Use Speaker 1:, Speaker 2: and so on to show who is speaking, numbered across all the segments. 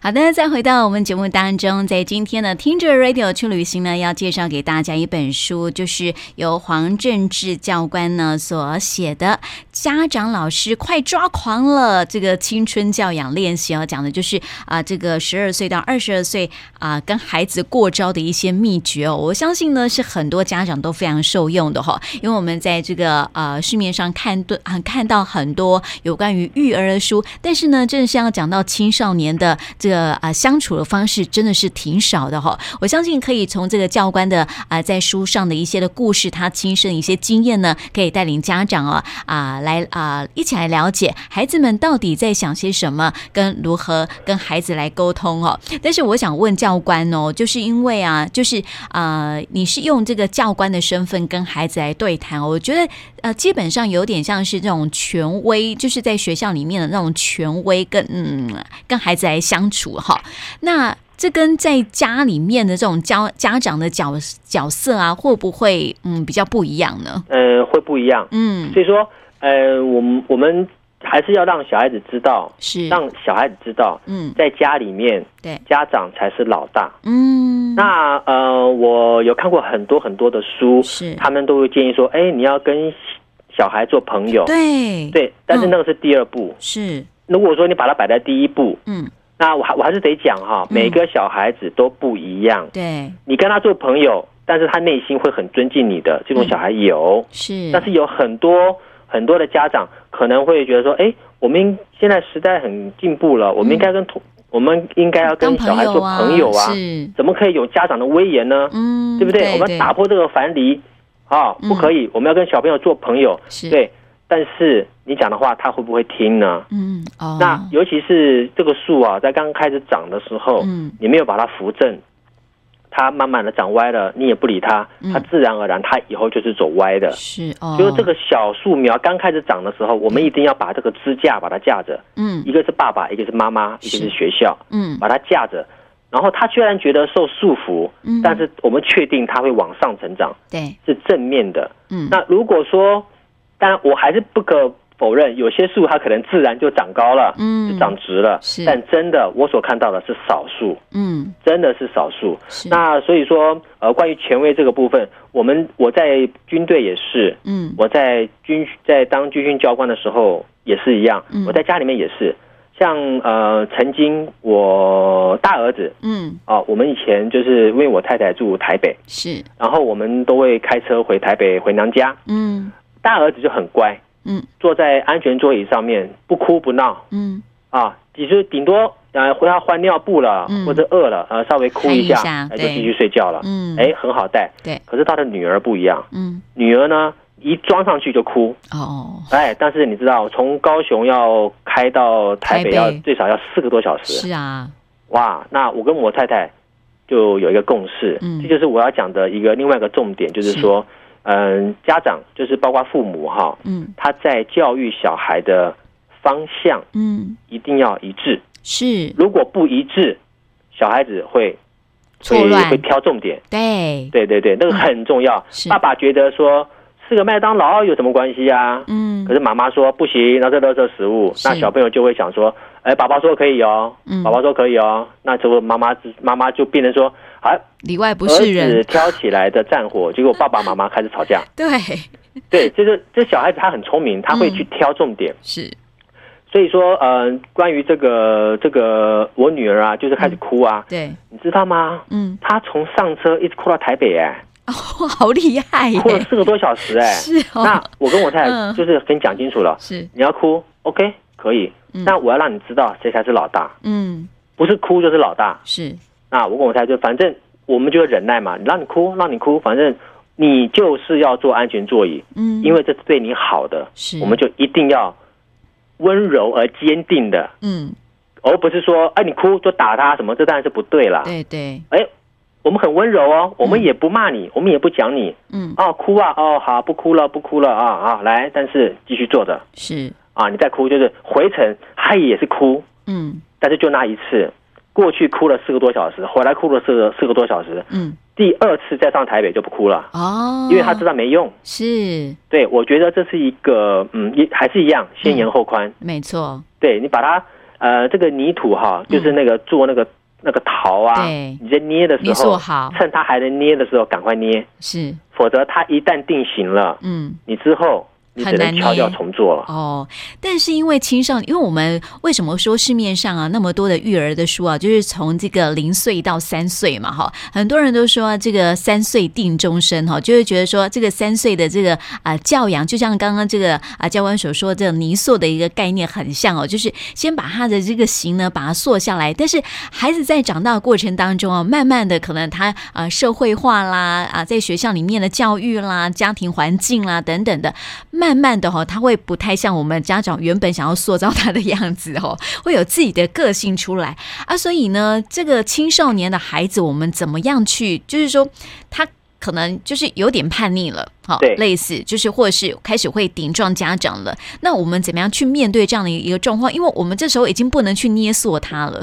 Speaker 1: 好的，再回到我们节目当中，在今天的听着 Radio 去旅行呢，要介绍给大家一本书，就是由黄正志教官呢所写的《家长老师快抓狂了》这个青春教养练习哦，讲的就是啊、这个十二岁到二十二岁啊、跟孩子过招的一些秘诀哦。我相信呢，是很多家长都非常受用的哈、因为我们在这个呃市面上看对啊看到很多有关于育儿的书，但是呢，正是要讲到青少年的这个啊、相处的方式，真的是挺少的哈、我相信可以从这个教官的啊、在书上的一些的故事，他亲身一些经验呢，可以带领家长哦啊、来啊、一起来了解孩子们到底在想些什么，跟如何跟孩子来沟通哦。但是我想问教官哦，就是因为啊，就是呃，你是用这个教官的身份跟孩子来对谈哦，我觉得呃，基本上有点像是这种权威，就是在学校里面的那种权威跟嗯跟孩子来相处哈、那这跟在家里面的这种教家长的角角色啊，会不会嗯比较不一样呢？
Speaker 2: 呃，会不一样。
Speaker 1: 嗯，
Speaker 2: 所以说，呃，我们我们还是要让小孩子知道，
Speaker 1: 是，
Speaker 2: 让小孩子知道，
Speaker 1: 嗯
Speaker 2: 在家里面，
Speaker 1: 对，
Speaker 2: 家长才是老大。
Speaker 1: 嗯，
Speaker 2: 那呃，我有看过很多很多的书，
Speaker 1: 是
Speaker 2: 他们都会建议说，哎，你要跟小孩做朋友，
Speaker 1: 对嗯
Speaker 2: 对，但是那个是第二步。
Speaker 1: 是
Speaker 2: 如果说你把它摆在第一步，
Speaker 1: 嗯
Speaker 2: 那我还我还是得讲哈，
Speaker 1: 嗯
Speaker 2: 每个小孩子都不一样，
Speaker 1: 对
Speaker 2: 你跟他做朋友，但是他内心会很尊敬你的，这种
Speaker 1: 嗯
Speaker 2: 小孩有。
Speaker 1: 是，
Speaker 2: 但是有很多很多的家长可能会觉得说，哎，我们应现在时代很进步了，我们应该跟同、我们应该要
Speaker 1: 嗯当
Speaker 2: 跟小孩做
Speaker 1: 啊
Speaker 2: 朋友啊，
Speaker 1: 是
Speaker 2: 怎么可以有家长的威严呢？
Speaker 1: 嗯
Speaker 2: 对不对？我们打破这个樊篱啊，
Speaker 1: 嗯
Speaker 2: 不可以，我们要跟小朋友做朋友，
Speaker 1: 是
Speaker 2: 对。但是你讲的话，他会不会听呢？
Speaker 1: 嗯哦
Speaker 2: 那尤其是这个树啊，在刚开始长的时候，
Speaker 1: 嗯
Speaker 2: 你没有把它扶正，它慢慢的长歪了，你也不理它
Speaker 1: 嗯，
Speaker 2: 它自然而然它以后就是走歪的。
Speaker 1: 是哦，
Speaker 2: 就是这个小树苗刚开始长的时候，我们一定要把这个支架把它架着，
Speaker 1: 嗯
Speaker 2: 一个是爸爸，一个是妈妈，一
Speaker 1: 是
Speaker 2: 个是学校，
Speaker 1: 嗯
Speaker 2: 把它架着。然后它虽然觉得受束缚，
Speaker 1: 嗯，
Speaker 2: 但是我们确定它会往上成长，
Speaker 1: 对
Speaker 2: 是正面的。
Speaker 1: 嗯
Speaker 2: 那如果说，当然我还是不可否认，有些树它可能自然就长高了，
Speaker 1: 嗯
Speaker 2: 就长直了。
Speaker 1: 是
Speaker 2: 但真的我所看到的是少数，
Speaker 1: 嗯
Speaker 2: 真的是少数。
Speaker 1: 是
Speaker 2: 那所以说，呃，关于权威这个部分，我们我在军队也是，
Speaker 1: 嗯
Speaker 2: 我在军在当军训教官的时候也是一样
Speaker 1: 嗯，
Speaker 2: 我在家里面也是。像呃，曾经我大儿子
Speaker 1: 嗯
Speaker 2: 啊、我们以前就是因为我太太住台北，
Speaker 1: 是
Speaker 2: 然后我们都会开车回台北回娘家。
Speaker 1: 嗯
Speaker 2: 大儿子就很乖，
Speaker 1: 嗯
Speaker 2: 坐在安全座椅上面，不哭不闹
Speaker 1: 嗯
Speaker 2: 啊，也就顶多呃回他换尿布了，
Speaker 1: 嗯
Speaker 2: 或者饿了呃稍微哭一
Speaker 1: 嗨一下
Speaker 2: 下，呃就
Speaker 1: 对
Speaker 2: 继续睡觉了。
Speaker 1: 嗯
Speaker 2: 哎，很好带。
Speaker 1: 对
Speaker 2: 可是他的女儿不一样，
Speaker 1: 嗯
Speaker 2: 女儿呢一装上去就哭，
Speaker 1: 哦
Speaker 2: 哎，但是你知道，从高雄要开到台北
Speaker 1: 台
Speaker 2: 要
Speaker 1: 北
Speaker 2: 最少要四个多小时，
Speaker 1: 是啊
Speaker 2: 哇！那我跟我太太就有一个共识，
Speaker 1: 嗯
Speaker 2: 这就是我要讲的一个另外一个重点，就是
Speaker 1: 是
Speaker 2: 说，嗯、家长就是包括父母哈，
Speaker 1: 嗯
Speaker 2: 他在教育小孩的方向
Speaker 1: 嗯
Speaker 2: 一定要一致，
Speaker 1: 是
Speaker 2: 如果不一致，小孩子会
Speaker 1: 错
Speaker 2: 会
Speaker 1: 乱
Speaker 2: 会挑重点。
Speaker 1: 对
Speaker 2: 对对对，那个很重要。
Speaker 1: 是
Speaker 2: 爸爸觉得说吃个麦当劳有什么关系啊？
Speaker 1: 嗯
Speaker 2: 可是妈妈说不行，那这垃圾食物，
Speaker 1: 是
Speaker 2: 那小朋友就会想说，哎，爸爸说可以哦，
Speaker 1: 嗯
Speaker 2: 爸爸说可以哦，那结果妈妈妈妈就变成说，啊，
Speaker 1: 里外不
Speaker 2: 儿
Speaker 1: 是人
Speaker 2: 子挑起来的战火，结果爸爸妈妈开始吵 架。
Speaker 1: 对
Speaker 2: 对，就是这小孩子他很聪明，他会去
Speaker 1: 嗯
Speaker 2: 挑重点，
Speaker 1: 是
Speaker 2: 所以说，呃，关于这个这个我女儿啊，就是开始哭啊，
Speaker 1: 对
Speaker 2: 你知道吗？
Speaker 1: 嗯
Speaker 2: 她从上车一直哭到台北、哎，
Speaker 1: 哦好厉害耶
Speaker 2: 哭了四个多小时、哎，
Speaker 1: 是哦
Speaker 2: 那我跟我太
Speaker 1: 嗯
Speaker 2: 太就是跟你讲清楚了，
Speaker 1: 是
Speaker 2: 你要哭，OK，可以。
Speaker 1: 嗯
Speaker 2: 那我要让你知道谁才是老大，
Speaker 1: 嗯
Speaker 2: 不是哭就是老大。
Speaker 1: 是
Speaker 2: 那我跟我太太就反正我们就忍耐嘛，让你哭，让你哭，反正你就是要坐安全座椅，
Speaker 1: 嗯
Speaker 2: 因为这是对你好的，
Speaker 1: 是
Speaker 2: 我们就一定要温柔而坚定的，
Speaker 1: 嗯
Speaker 2: 而不是说哎你哭就打他什么，这当然是不对啦。
Speaker 1: 对嗯对
Speaker 2: 哎，我们很温柔哦，我们也不骂你，我们也不讲你
Speaker 1: 嗯
Speaker 2: 哦，哭啊哦好，不哭了不哭了啊啊来，但是继续坐着。
Speaker 1: 是
Speaker 2: 啊，你再哭就是回程，他也是哭，
Speaker 1: 嗯
Speaker 2: 但是就那一次，过去哭了四个多小时，回来哭了四个四个多小时，
Speaker 1: 嗯
Speaker 2: 第二次再上台北就不哭了，
Speaker 1: 哦
Speaker 2: 因为他知道没用。
Speaker 1: 是
Speaker 2: 对，我觉得这是一个，嗯，一还是一样，先严后宽。
Speaker 1: 没错
Speaker 2: 对你把他，呃，这个泥土哈，就是那个做那个那个陶啊，
Speaker 1: 对，
Speaker 2: 你在捏的
Speaker 1: 你
Speaker 2: 时
Speaker 1: 做
Speaker 2: 候，
Speaker 1: 好
Speaker 2: 趁它还能捏的时候赶快捏，
Speaker 1: 是，
Speaker 2: 否则它一旦定型了，
Speaker 1: 嗯。
Speaker 2: 你之后你只
Speaker 1: 很难
Speaker 2: 能敲掉
Speaker 1: 捏
Speaker 2: 重做了。
Speaker 1: 哦，但是因为青少年，因为我们为什么说市面上啊那么多的育儿的书啊，就是从这个零岁到三岁嘛，哈，很多人都说这个三岁定终身，哈，就是觉得说这个三岁的这个啊、教养，就像刚刚这个啊、教官所说，这个泥塑的一个概念很像哦，就是先把他的这个形呢把它塑下来，但是孩子在长大的过程当中啊，慢慢的可能他啊、社会化啦，啊、在学校里面的教育啦、家庭环境啦等等的，慢慢的哈、哦，他会不太像我们家长原本想要塑造他的样子哦， 会有自己的个性出来啊。所以呢，这个青少年的孩子，我们怎么样去，就是说他。可能就是有点叛逆了，好、
Speaker 2: 对
Speaker 1: 类似就是或者是开始会顶撞家长了。那我们怎么样去面对这样的一个状况？因为我们这时候已经不能去捏塑他了。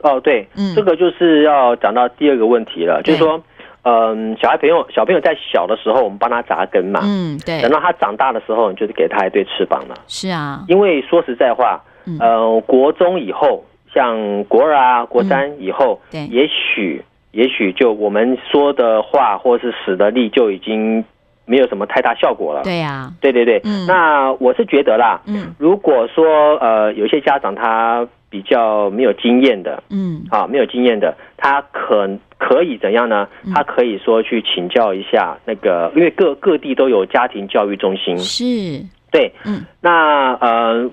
Speaker 2: 哦，对，
Speaker 1: 嗯
Speaker 2: 这个就是要讲到第二个问题了，就是说，嗯，小孩朋友小朋友在小的时候，我们帮他扎根嘛，
Speaker 1: 嗯，对
Speaker 2: 等，到他长大的时候，你就是给他一对翅膀了。
Speaker 1: 是啊，
Speaker 2: 因为说实在话
Speaker 1: 嗯，
Speaker 2: 呃，国中以后，像国二啊、国三以后，
Speaker 1: 嗯对
Speaker 2: 也许也许就我们说的话或是使的力就已经没有什么太大效果了。
Speaker 1: 对啊，
Speaker 2: 对对对
Speaker 1: 嗯
Speaker 2: 那我是觉得啦，
Speaker 1: 嗯
Speaker 2: 如果说呃有些家长他比较没有经验的
Speaker 1: 嗯，
Speaker 2: 啊，没有经验的，他可可以怎样呢？他可以说去请教一下那个，因为各各地都有家庭教育中心，
Speaker 1: 是，
Speaker 2: 对，
Speaker 1: 嗯
Speaker 2: 那呃，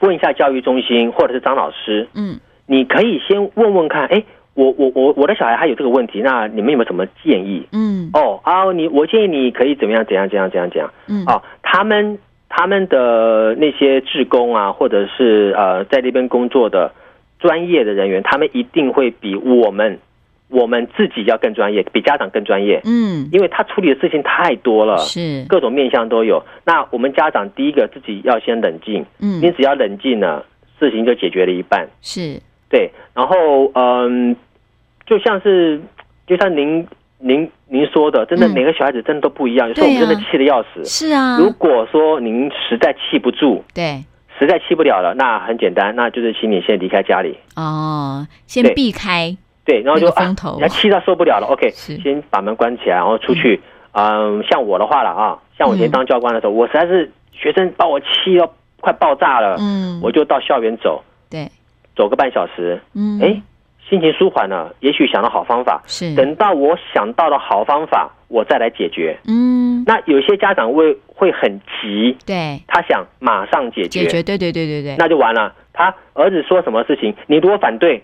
Speaker 2: 问一下教育中心或者是张老师，
Speaker 1: 嗯
Speaker 2: 你可以先问问看，哎，我我我我的小孩他有这个问题，那你们有没有什么建议？
Speaker 1: 嗯
Speaker 2: 哦啊，你我建议你可以怎么样怎样怎样怎样怎样
Speaker 1: 嗯，
Speaker 2: 哦，他们他们的那些志工啊，或者是呃在那边工作的专业的人员，他们一定会比我们我们自己要更专业，比家长更专业，
Speaker 1: 嗯，
Speaker 2: 因为他处理的事情太多了，
Speaker 1: 是，
Speaker 2: 各种面向都有。那我们家长第一个自己要先冷静，你
Speaker 1: 嗯
Speaker 2: 只要冷静了，事情就解决了一半。
Speaker 1: 是，
Speaker 2: 对，然后嗯，就像是就像您您您说的，真的
Speaker 1: 嗯
Speaker 2: 每个小孩子真的都不一样，有时候我
Speaker 1: 对
Speaker 2: 们
Speaker 1: 啊
Speaker 2: 真的气得要死。
Speaker 1: 是啊，
Speaker 2: 如果说您实在气不住，
Speaker 1: 对
Speaker 2: 实在气不了了，那很简单，那就是请你先离开家里。
Speaker 1: 哦，先
Speaker 2: 对
Speaker 1: 避开，
Speaker 2: 对，然后就
Speaker 1: 那个风
Speaker 2: 啊
Speaker 1: 头，
Speaker 2: 你要气到受不了了，OK，
Speaker 1: 是
Speaker 2: 先把门关起来，然后出去。嗯，像我的话了啊，像我以前
Speaker 1: 嗯
Speaker 2: 当教官的时候，我实在是学生把我气到快爆炸了，
Speaker 1: 嗯，
Speaker 2: 啊我就到校园走，
Speaker 1: 对，
Speaker 2: 走个半小时，
Speaker 1: 嗯，
Speaker 2: 哎，心情舒缓了，也许想到好方法。
Speaker 1: 是，
Speaker 2: 等到我想到了好方法，我再来解决。
Speaker 1: 嗯，
Speaker 2: 那有些家长会会很急，
Speaker 1: 对，
Speaker 2: 他想马上解决，
Speaker 1: 解决，对对对对对，
Speaker 2: 那就完了。他儿子说什么事情，你如果反对，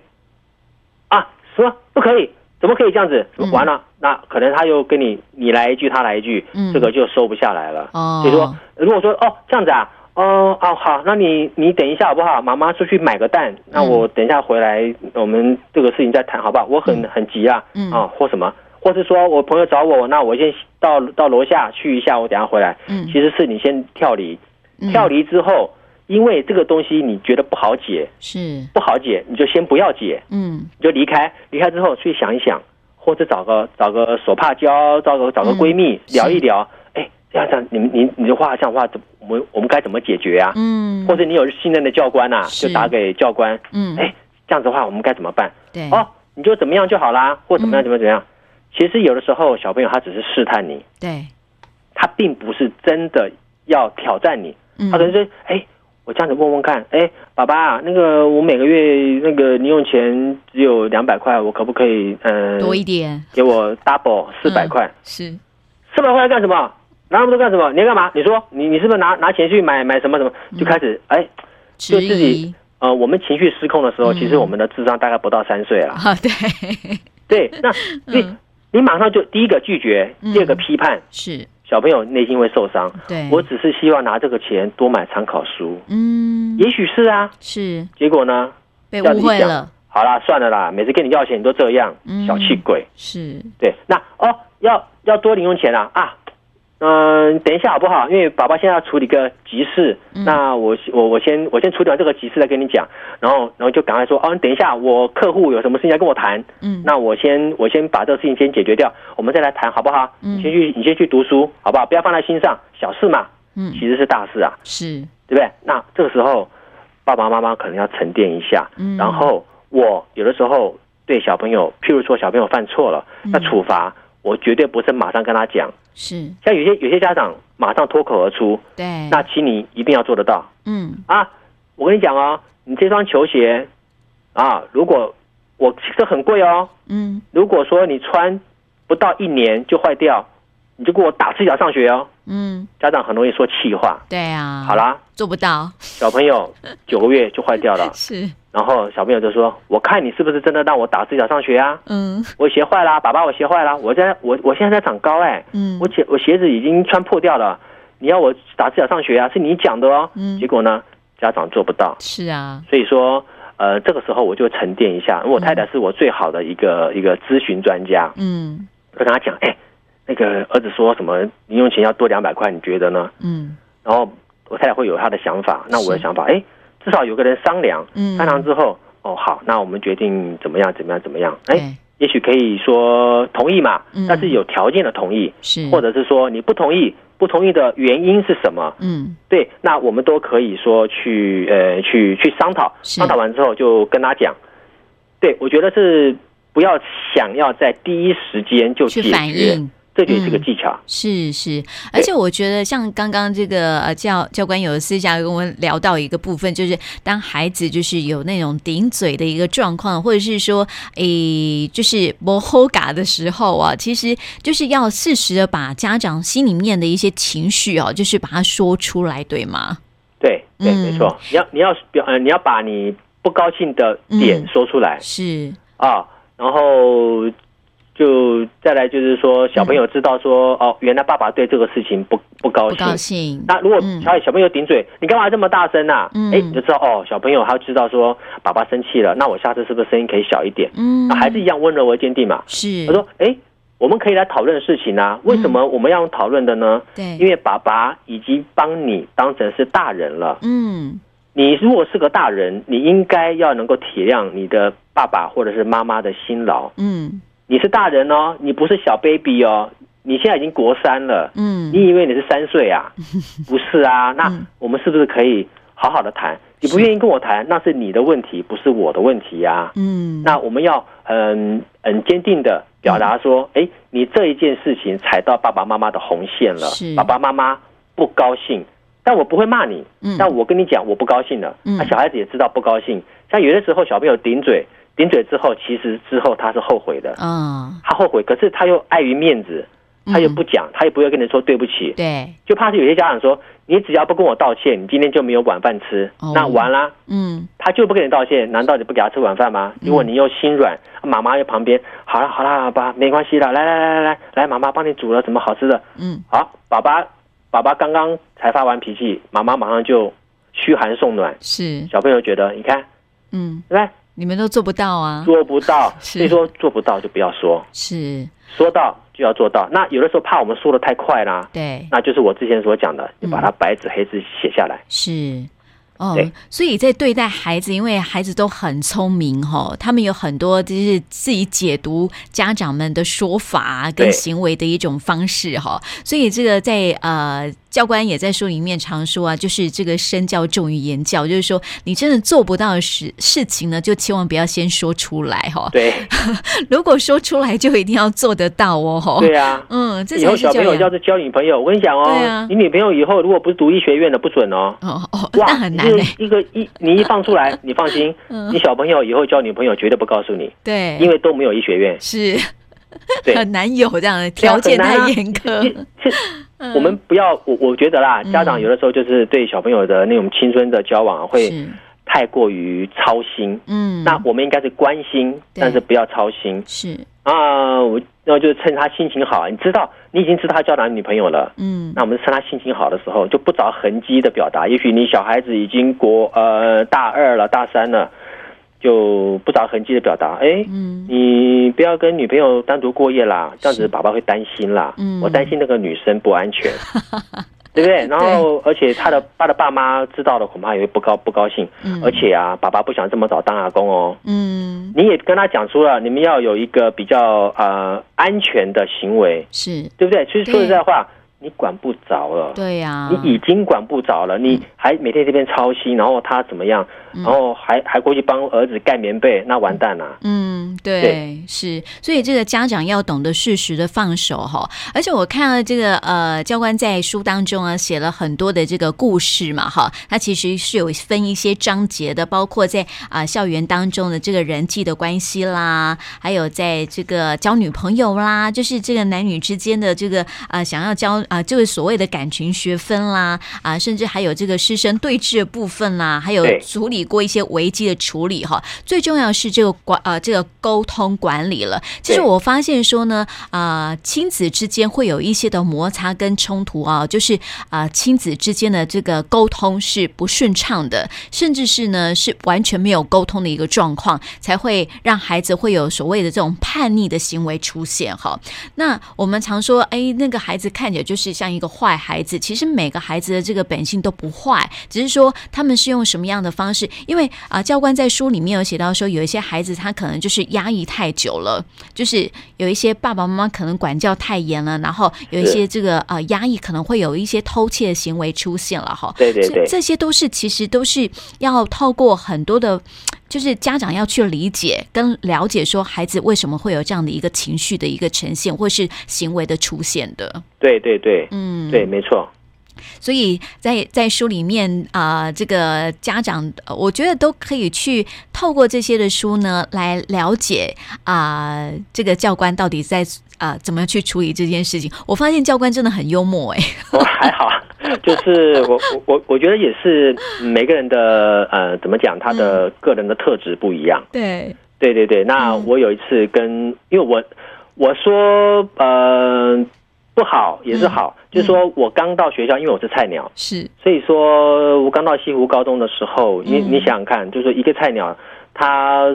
Speaker 2: 啊，什么不可以？怎么可以这样子？
Speaker 1: 嗯
Speaker 2: 完了，那可能他又跟你你来一句，他来一句，
Speaker 1: 嗯
Speaker 2: 这个就收不下来了。
Speaker 1: 哦，
Speaker 2: 所以说，如果说哦这样子啊，哦哦好，那你你等一下好不好？妈妈出去买个蛋，
Speaker 1: 嗯
Speaker 2: 那我等一下回来，我们这个事情再谈好不好？我很很急啊，
Speaker 1: 嗯
Speaker 2: 啊或什么，或是说我朋友找我，那我先到到楼下去一下，我等一下回来。
Speaker 1: 嗯，
Speaker 2: 其实是你先跳离，
Speaker 1: 嗯
Speaker 2: 跳离之后，因为这个东西你觉得不好解，
Speaker 1: 是，
Speaker 2: 不好解，你就先不要解，
Speaker 1: 嗯
Speaker 2: 你就离开，离开之后去想一想，或者找个找个手帕交，找个找个闺蜜、
Speaker 1: 嗯是
Speaker 2: 聊一聊。哎，这样这样，你们你你的话这样的话，怎么我们我们该怎么解决啊？
Speaker 1: 嗯，
Speaker 2: 或者你有信任的教官呐、啊
Speaker 1: 是
Speaker 2: 就打给教官。
Speaker 1: 嗯，
Speaker 2: 哎，这样子的话，我们该怎么办？
Speaker 1: 对，
Speaker 2: 哦，你就怎么样就好啦，或怎么
Speaker 1: 嗯
Speaker 2: 样怎么样怎么样。其实有的时候小朋友他只是试探你，
Speaker 1: 对，
Speaker 2: 他并不是真的要挑战你，
Speaker 1: 嗯，
Speaker 2: 他可能说，哎，我这样子问问看，哎，爸爸，那个我每个月那个零用钱只有两百块，我可不可以，嗯、
Speaker 1: 多一点
Speaker 2: 给我 double 四百
Speaker 1: 嗯
Speaker 2: 块？
Speaker 1: 是，
Speaker 2: 四百块要干什么？拿那么多干什么？你要干嘛？你说你你是不是拿拿钱去买买什么什么？
Speaker 1: 嗯
Speaker 2: 就开始哎，
Speaker 1: 质
Speaker 2: 就自己
Speaker 1: 疑
Speaker 2: 呃，我们情绪失控的时候，
Speaker 1: 嗯
Speaker 2: 其实我们的智商大概不到三岁 了。
Speaker 1: 啊， 对，
Speaker 2: 对，那你、你马上就第一个拒绝，
Speaker 1: 嗯
Speaker 2: 第二个批判，
Speaker 1: 是，
Speaker 2: 小朋友内心会受伤。
Speaker 1: 对，
Speaker 2: 我只是希望拿这个钱多买参考书，
Speaker 1: 嗯
Speaker 2: 也许是啊，
Speaker 1: 是
Speaker 2: 结果呢？
Speaker 1: 被
Speaker 2: 要
Speaker 1: 误
Speaker 2: 理
Speaker 1: 会
Speaker 2: 想
Speaker 1: 了，
Speaker 2: 好啦，算了啦，每次跟你要钱你都这样
Speaker 1: 嗯，
Speaker 2: 小气鬼。
Speaker 1: 是，
Speaker 2: 对，那哦，要要多零用钱啦啊，嗯、等一下好不好？因为爸爸现在要处理个急事，
Speaker 1: 嗯
Speaker 2: 那我我我先我先处理完这个急事再跟你讲，然后然后就赶快说哦，你等一下，我客户有什么事情要跟我谈，
Speaker 1: 嗯，
Speaker 2: 那我先我先把这个事情先解决掉，我们再来谈好不好？
Speaker 1: 嗯
Speaker 2: 你先去你先去读书好不好？不要放在心上，小事嘛，
Speaker 1: 嗯
Speaker 2: 其实是大事啊，
Speaker 1: 是，
Speaker 2: 对不对？那这个时候爸爸妈妈可能要沉淀一下。
Speaker 1: 嗯
Speaker 2: 然后我有的时候对小朋友，譬如说小朋友犯错了，那处罚我绝对不是马上跟他讲，
Speaker 1: 是
Speaker 2: 像有些有些家长马上脱口而出，
Speaker 1: 对，
Speaker 2: 那请你一定要做得到
Speaker 1: 嗯
Speaker 2: 啊！我跟你讲哦，你这双球鞋啊，如果我这很贵哦，
Speaker 1: 嗯
Speaker 2: 如果说你穿不到一年就坏掉，你就给我打赤脚上学哦。
Speaker 1: 嗯，
Speaker 2: 家长很容易说气话，
Speaker 1: 对啊，
Speaker 2: 好，啦，
Speaker 1: 做不到，
Speaker 2: 小朋友九个月就坏掉了，
Speaker 1: 是
Speaker 2: 然后小朋友就说：“我看你是不是真的让我打赤脚上学啊？
Speaker 1: 嗯
Speaker 2: 我鞋坏啊啦，爸爸，我鞋坏啦，我在我我现在在长高哎、
Speaker 1: 嗯，
Speaker 2: 我鞋我鞋子已经穿破掉了，你要我打赤脚上学啊？是你讲的哦。
Speaker 1: 嗯
Speaker 2: 结果呢，家长做不到，
Speaker 1: 是啊，
Speaker 2: 所以说，呃，这个时候我就沉淀一下。我太太是我最好的一个一个咨询专家，
Speaker 1: 嗯
Speaker 2: 我跟她讲，哎，那个儿子说什么零用钱要多两百块，你觉得呢？
Speaker 1: 嗯
Speaker 2: 然后我太太会有她的想法，那我的
Speaker 1: 是
Speaker 2: 想法，哎，至少有个人商量，
Speaker 1: 嗯，
Speaker 2: 商量之后，哦，好，那我们决定怎么样，怎么样，怎么样？哎，
Speaker 1: 对
Speaker 2: 也许可以说同意嘛
Speaker 1: 嗯，
Speaker 2: 但是有条件的同意。
Speaker 1: 是
Speaker 2: 或者是说你不同意，不同意的原因是什么？
Speaker 1: 嗯
Speaker 2: 对，那我们都可以说去呃去去商讨，
Speaker 1: 是
Speaker 2: 商讨完之后就跟他讲。对，我觉得是不要想要在第一时间就解
Speaker 1: 去反
Speaker 2: 决，
Speaker 1: 应。
Speaker 2: 这就是个
Speaker 1: 嗯
Speaker 2: 技巧。
Speaker 1: 是是，而且我觉得像刚刚这个呃教教官有私下跟我聊到一个部分，就是当孩子就是有那种顶嘴的一个状况，或者是说诶就是磨吼嘎的时候啊，其实就是要适时的把家长心里面的一些情绪哦、就是把它说出来，对吗？
Speaker 2: 对对，
Speaker 1: 嗯
Speaker 2: 没错，你要你要表呃你要把你不高兴的
Speaker 1: 嗯
Speaker 2: 点说出来、
Speaker 1: 是，
Speaker 2: 啊，然后。就再来就是说，小朋友知道说、哦，原来爸爸对这个事情不不
Speaker 1: 嗯
Speaker 2: 高
Speaker 1: 不
Speaker 2: 兴
Speaker 1: 高，兴，
Speaker 2: 那如果
Speaker 1: 嗯
Speaker 2: 小小朋友顶嘴，你干嘛这么大声呐、
Speaker 1: 嗯
Speaker 2: 哎、你就知道哦，小朋友他知道说爸爸生气了，那我下次是不是声音可以小一点？
Speaker 1: 嗯
Speaker 2: 那还是一样温柔而坚定嘛。
Speaker 1: 是嗯
Speaker 2: 他，说，哎，我们可以来讨论事情啊，为什么我们要用讨论的呢？因
Speaker 1: 对，
Speaker 2: 为爸爸已经帮你当成是大人了，
Speaker 1: 嗯，
Speaker 2: 你如果是个大人，你应该要能够体谅你的爸爸或者是妈妈的辛劳。
Speaker 1: 嗯
Speaker 2: 你是大人哦，你不是小 baby 哦，你现在已经国三了。
Speaker 1: 嗯，
Speaker 2: 你以为你是三 岁啊？不是啊，那
Speaker 1: 嗯
Speaker 2: 我们是不是可以好好的谈？你不
Speaker 1: 是
Speaker 2: 愿意跟我谈，那是你的问题，不是我的问题呀、
Speaker 1: 嗯，
Speaker 2: 那我们要很很坚定的表达说，
Speaker 1: 嗯
Speaker 2: 哎、你这一件事情踩到爸爸妈妈的红线了
Speaker 1: 是，
Speaker 2: 爸爸妈妈不高兴，但我不会骂你，
Speaker 1: 嗯
Speaker 2: 但我跟你讲我不高兴了，
Speaker 1: 嗯
Speaker 2: 那、小孩子也知道不高兴。像有的时候小朋友顶嘴，顶嘴之后，其实之后他是后悔的，
Speaker 1: 啊，
Speaker 2: 他后悔，可是他又碍于面子，他又
Speaker 1: 嗯
Speaker 2: 不讲，他也不会跟你说对不起，
Speaker 1: 对，
Speaker 2: 就怕是有些家长说，你只要不跟我道歉，你今天就没有晚饭吃，
Speaker 1: 哦
Speaker 2: 那完啦，
Speaker 1: 嗯。
Speaker 2: 他就不跟你道歉，难道你不给他吃晚饭吗？如果你又心软，妈妈又旁边，好了好了，爸，没关系的，来来来来来来，妈妈帮你煮了什么好吃的，
Speaker 1: 嗯，
Speaker 2: 好，爸爸爸爸刚刚才发完脾气，妈妈马上就嘘寒送暖，
Speaker 1: 是，
Speaker 2: 小朋友觉得你看，
Speaker 1: 嗯，
Speaker 2: 来
Speaker 1: 你们都做不到啊，
Speaker 2: 做不到，
Speaker 1: 是
Speaker 2: 所以说做不到就不要说，
Speaker 1: 是，
Speaker 2: 说到就要做到。那有的时候怕我们说的太快啦，
Speaker 1: 对，
Speaker 2: 那就是我之前所讲
Speaker 1: 嗯
Speaker 2: 的，你把它白纸黑字写下来。
Speaker 1: 是。哦
Speaker 2: 对，
Speaker 1: 所以在对待孩子，因为孩子都很聪明哦，他们有很多就是自己解读家长们的说法跟
Speaker 2: 对
Speaker 1: 行为的一种方式哈、哦，所以这个在呃教官也在书里面常说啊，就是这个身教重于言教，就是说你真的做不到的事事情呢，就千万不要先说出来哈、哦，
Speaker 2: 对
Speaker 1: 如果说出来就一定要做得到哦，
Speaker 2: 对啊，
Speaker 1: 嗯，这
Speaker 2: 以
Speaker 1: 才
Speaker 2: 后
Speaker 1: 是教
Speaker 2: 小朋友
Speaker 1: 养
Speaker 2: 要是交女朋友，我跟你讲
Speaker 1: 对啊
Speaker 2: 哦，你女朋友以后如果不是读医学院的，不准哦。
Speaker 1: 哦哦，那很难
Speaker 2: 一
Speaker 1: 嘞、
Speaker 2: 个一个一你一放出 来，你放心，
Speaker 1: 嗯
Speaker 2: 你小朋友以后交女朋友绝对不告诉你，
Speaker 1: 对，
Speaker 2: 因为都没有医学院。
Speaker 1: 是
Speaker 2: 对，
Speaker 1: 很难有这样的条件太严苛。
Speaker 2: 这我们不要，我我觉得啦，
Speaker 1: 嗯
Speaker 2: 家长有的时候就是对小朋友的那种青春的交往啊会
Speaker 1: 是，
Speaker 2: 太过于操心。
Speaker 1: 嗯，
Speaker 2: 那我们应该是关心，
Speaker 1: 对
Speaker 2: 但是不要操心
Speaker 1: 是，
Speaker 2: 啊！我那就趁他心情好，你知道，你已经知道他交男女朋友了，
Speaker 1: 嗯，
Speaker 2: 那我们趁他心情好的时候，就不着痕迹的表达。也许你小孩子已经国呃大二了、大三了，就不着痕迹的表达。哎，
Speaker 1: 嗯，
Speaker 2: 你不要跟女朋友单独过夜啦，这样
Speaker 1: 是
Speaker 2: 子爸爸会担心啦。
Speaker 1: 嗯
Speaker 2: 我担心那个女生不安 全，对不对？然后而且他的他的爸妈知道了，恐怕也会不高不高兴。
Speaker 1: 嗯
Speaker 2: 而且啊，爸爸不想这么早当阿公哦。
Speaker 1: 嗯，
Speaker 2: 你也跟他讲出了，你们要有一个比较呃安全的行为。
Speaker 1: 是，
Speaker 2: 对不对？其实说实在话，你管不着了。
Speaker 1: 对嗯呀，
Speaker 2: 你已经管不着了，你还每天这边操心，然后他怎么样，然后还还过去帮儿子盖棉被，那完蛋了、
Speaker 1: 嗯，对，
Speaker 2: 对
Speaker 1: 是，所以这个家长要懂得适时的放手哈。而且我看了这个呃，教官在书当中啊写了很多的这个故事嘛哈，他其实是有分一些章节的，包括在啊、校园当中的这个人际的关系啦，还有在这个交女朋友啦，就是这个男女之间的这个啊、想要交啊、就是所谓的感情学分啦啊、甚至还有这个师生对峙的部分啦，还有
Speaker 2: 对
Speaker 1: 处理过一些危机的处理哈，最重要是这个管呃这个沟通管理了。其实
Speaker 2: 对
Speaker 1: 我发现说呢，啊、亲子之间会有一些的摩擦跟冲突啊，就是啊、亲子之间的这个沟通是不顺畅的，甚至是呢是完全没有沟通的一个状况，才会让孩子会有所谓的这种叛逆的行为出现哈。那我们常说，哎，那个孩子看起来就是像一个坏孩子，其实每个孩子的这个本性都不坏，只是说他们是用什么样的方式。因为啊、教官在书里面有写到说，有一些孩子他可能就是压抑太久了，就是有一些爸爸妈妈可能管教太严了，然后有一些这个呃压抑，可能会有一些偷窃的行为出现了哈。
Speaker 2: 对对
Speaker 1: 这
Speaker 2: 对
Speaker 1: 这些都是其实都是要透过很多的，就是家长要去理解跟了解，说孩子为什么会有这样的一个情绪的一个呈现，或是行为的出现的。
Speaker 2: 对对对，
Speaker 1: 嗯，
Speaker 2: 对，没错，
Speaker 1: 所以在在书里面啊、这个家长，呃我觉得都可以去透过这些的书呢，来了解啊、这个教官到底在啊、怎么去处理这件事情。我发现教官真的很幽默、哎，
Speaker 2: 我哦还好， 就是我我我我觉得也是每个人的呃怎么讲，他
Speaker 1: 嗯
Speaker 2: 的个人的特质不一样。
Speaker 1: 对，
Speaker 2: 对对对，那
Speaker 1: 嗯
Speaker 2: 我有一次跟，因为我我说呃不好也是
Speaker 1: 嗯
Speaker 2: 好，就是说我刚到学校，因为我是菜鸟，
Speaker 1: 是，
Speaker 2: 所以说我刚到西湖高中的时候，你
Speaker 1: 嗯
Speaker 2: 你想想看，就是一个菜鸟，他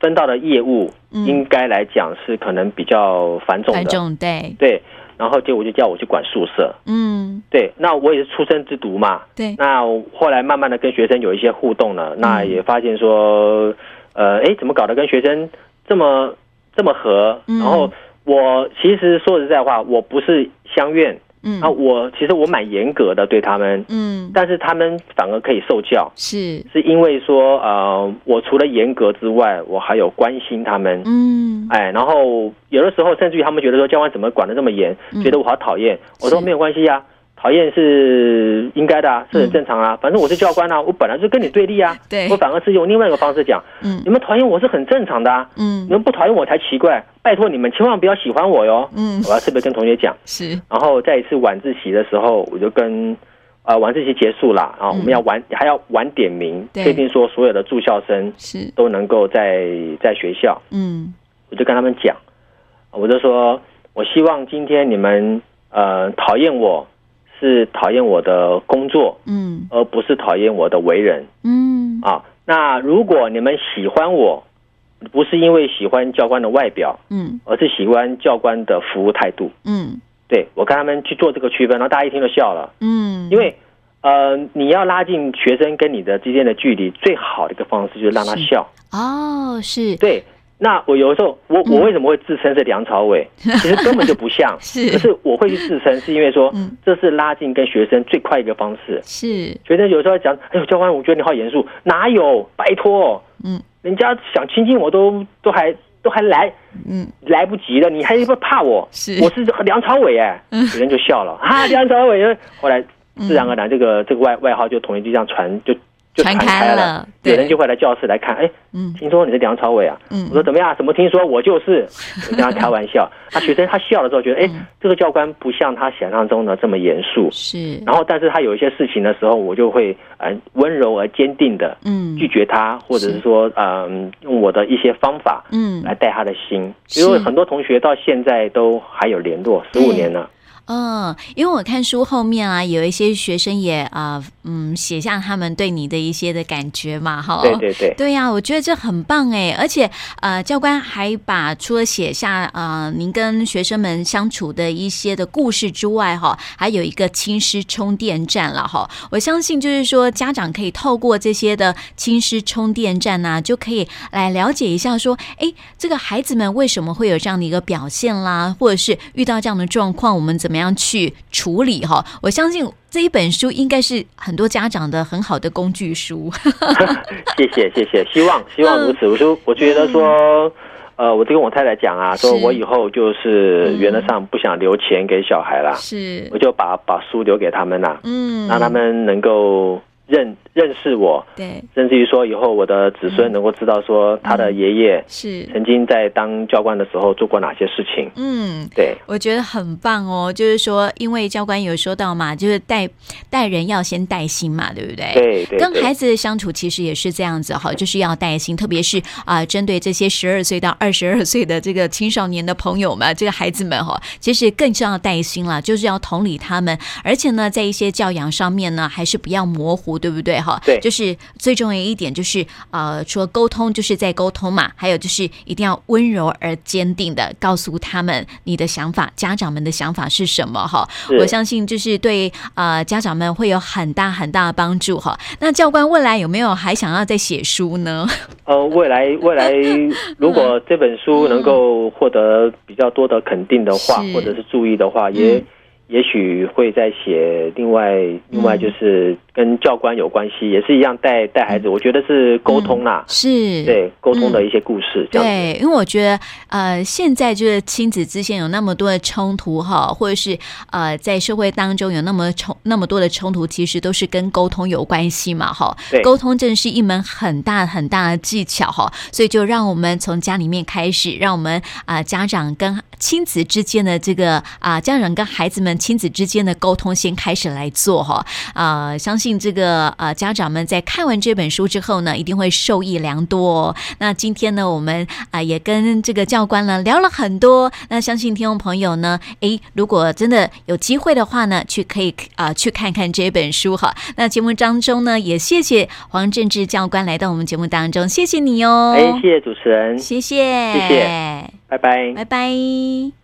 Speaker 2: 分到的业务
Speaker 1: 嗯
Speaker 2: 应该来讲是可能比较繁重
Speaker 1: 反
Speaker 2: 的，
Speaker 1: 正对，
Speaker 2: 对。然后结果就叫我去管宿舍，
Speaker 1: 嗯，
Speaker 2: 对，那我也是出生之犊嘛，
Speaker 1: 对，
Speaker 2: 那我后来慢慢的跟学生有一些互动了，那
Speaker 1: 嗯
Speaker 2: 也发现说，呃，哎，怎么搞得跟学生这么这么合？
Speaker 1: 嗯
Speaker 2: 然后我其实说实在话，我不是相怨，
Speaker 1: 嗯
Speaker 2: 那、，我其实我蛮严格的对他们，
Speaker 1: 嗯，
Speaker 2: 但是他们反而可以受教，
Speaker 1: 是，
Speaker 2: 是因为说，呃，我除了严格之外，我还有关心他们。
Speaker 1: 嗯，
Speaker 2: 哎，然后有的时候甚至于他们觉得说教官怎么管得这么严，
Speaker 1: 嗯
Speaker 2: 觉得我好讨厌。我说
Speaker 1: 是
Speaker 2: 没有关系啊，讨厌是应该的啊，是很正常啊。反正我是教官啊，我本来就跟你对立啊。
Speaker 1: 嗯 对
Speaker 2: 我，反而是用另外一个方式讲，
Speaker 1: 嗯
Speaker 2: 你们讨厌我是很正常的啊，你
Speaker 1: 嗯
Speaker 2: 们不讨厌我才奇怪。拜托你们千万不要喜欢我哟。
Speaker 1: 嗯，
Speaker 2: 我要特别跟同学讲。
Speaker 1: 是，
Speaker 2: 然后在一次晚自习的时候，我就跟。呃，晚自习结束啦，啊然后我们要晚、还要晚点名，
Speaker 1: 嗯对
Speaker 2: 确定说所有的住校生
Speaker 1: 是，
Speaker 2: 都能够在在学校。
Speaker 1: 嗯
Speaker 2: 我就跟他们讲，我就说，我希望今天你们呃讨厌我是讨厌我的工作，
Speaker 1: 嗯
Speaker 2: 而不是讨厌我的为人
Speaker 1: 嗯，
Speaker 2: 啊。那如果你们喜欢我，不是因为喜欢教官的外表，
Speaker 1: 嗯
Speaker 2: 而是喜欢教官的服务态度。
Speaker 1: 嗯
Speaker 2: 对我跟他们去做这个区分，然后大家一听就笑了，
Speaker 1: 嗯，
Speaker 2: 因为呃你要拉近学生跟你的之间的距离，最好的一个方式就是让他
Speaker 1: 是
Speaker 2: 笑。
Speaker 1: 哦是，，
Speaker 2: 对，那我有时候，我我为什么会自称是梁朝伟？其实根本就不像
Speaker 1: 是
Speaker 2: 可是我会去自称，是因为说
Speaker 1: 嗯
Speaker 2: 这是拉近跟学生最快一个方式。
Speaker 1: 是，
Speaker 2: 学生有时候讲，哎呦，教官，我觉得你好严肃，哪有？拜托，
Speaker 1: 嗯
Speaker 2: 人家想亲近我都都还都还来
Speaker 1: 嗯
Speaker 2: 来不及了，你还不怕我？
Speaker 1: 是嗯
Speaker 2: 我是梁朝伟哎，学生就笑了啊，梁朝伟。后来自然而然，这个这个外外号就统一就这样传就就
Speaker 1: 传开
Speaker 2: 开
Speaker 1: 了对
Speaker 2: 有人就会来教室来看，哎，
Speaker 1: 嗯
Speaker 2: 听说你是梁朝伟啊？
Speaker 1: 嗯
Speaker 2: 我说怎么样？怎么听说我 就是？我跟他开玩笑。那学生他笑了之后，觉得哎，这个教官不像他想象中的这么严肃。
Speaker 1: 嗯是，
Speaker 2: 然后，但是他有一些事情的时候，我就会呃温柔而坚定的
Speaker 1: 嗯
Speaker 2: 拒绝他，或者是说嗯、用我的一些方法
Speaker 1: 嗯
Speaker 2: 来带他的心。
Speaker 1: 是
Speaker 2: 因为很多同学到现在都还有联络，十
Speaker 1: 对
Speaker 2: 五年了。
Speaker 1: 嗯，因为我看书后面啊，有一些学生也啊、嗯写下他们对你的一些的感觉嘛，哈，
Speaker 2: 对对 对，
Speaker 1: 对哦呀、我觉得这很棒哎，而且呃，教官还把除了写下呃您跟学生们相处的一些的故事之外，哈，还有一个亲师充电站了哈。我相信就是说，家长可以透过这些的亲师充电站呐、就可以来了解一下说，哎，这个孩子们为什么会有这样的一个表现啦，或者是遇到这样的状况，我们怎么么样去处理哈。我相信这一本书应该是很多家长的很好的工具书。
Speaker 2: 谢谢谢谢，希望希望如
Speaker 1: 嗯
Speaker 2: 此。我说，我觉得说，呃，我就跟我太太讲啊，说
Speaker 1: 是
Speaker 2: 我以后就是
Speaker 1: 嗯
Speaker 2: 原则上不想留钱给小孩啦，
Speaker 1: 是
Speaker 2: 我，就把把书留给他们啦，
Speaker 1: 嗯，
Speaker 2: 让他们能够认认识我，
Speaker 1: 对
Speaker 2: 甚至于说以后我的子
Speaker 1: 嗯
Speaker 2: 孙能够知道说他的爷爷
Speaker 1: 是，
Speaker 2: 曾经在当教官的时候做过哪些事情。
Speaker 1: 嗯。
Speaker 2: 对，
Speaker 1: 我觉得很棒哦，就是说，因为教官有说到嘛，就是带带人要先带心嘛，对不对？
Speaker 2: 对对，
Speaker 1: 跟
Speaker 2: 对
Speaker 1: 孩子的相处其实也是这样子哈，就是要带心，特别是啊、针对这些十二岁到二十二岁的这个青少年的朋友们，这个孩子们哈，其实更是要带心了，就是要同理他们，而且呢，在一些教养上面呢，还是不要模糊，对不对哈？
Speaker 2: 对
Speaker 1: 就是最重要一点就是呃，除了沟通，就是在沟通嘛，还有就是一定要温柔而坚定的告诉他们你的想法，家长们的想法是什么哈。
Speaker 2: 是
Speaker 1: 我相信就是对呃家长们会有很大很大的帮助哈。那教官未来有没有还想要再写书呢？
Speaker 2: 呃，未 来未来，如果这本书能够获得比较多的肯定的话，
Speaker 1: 嗯是
Speaker 2: 或者是注意的话，也、
Speaker 1: 嗯
Speaker 2: 也许会再写另外另外就是跟教官有关系，也是一样带带
Speaker 1: 嗯
Speaker 2: 孩子，我觉得是沟通啦，
Speaker 1: 是。
Speaker 2: 对沟通
Speaker 1: 嗯
Speaker 2: 的一些故事、这样子。
Speaker 1: 对，因为我觉得，呃，现在就是亲子之间有那么多的冲突哈，或者是呃，在社会当中有那么冲那么多的冲突，其实都是跟沟通有关系嘛哈。
Speaker 2: 对
Speaker 1: 沟通真的是一门很大很大的技巧哈，所以就让我们从家里面开始，让我们啊、家长跟亲子之间的这个啊、家长跟孩子们亲子之间的沟通先开始来做哈。啊，相信这个呃家长们在看完这本书之后呢，一定会受益良多哦。那今天呢，我们啊、也跟这个教官呢聊了很多。那相信听众朋友呢，诶，如果真的有机会的话呢，去可以啊、去看看这本书哈。那节目当中呢，也谢谢黄正志教官来到我们节目当中，谢谢你哦，
Speaker 2: 哎，谢谢主持人，
Speaker 1: 谢谢，
Speaker 2: 谢谢拜拜
Speaker 1: 拜拜。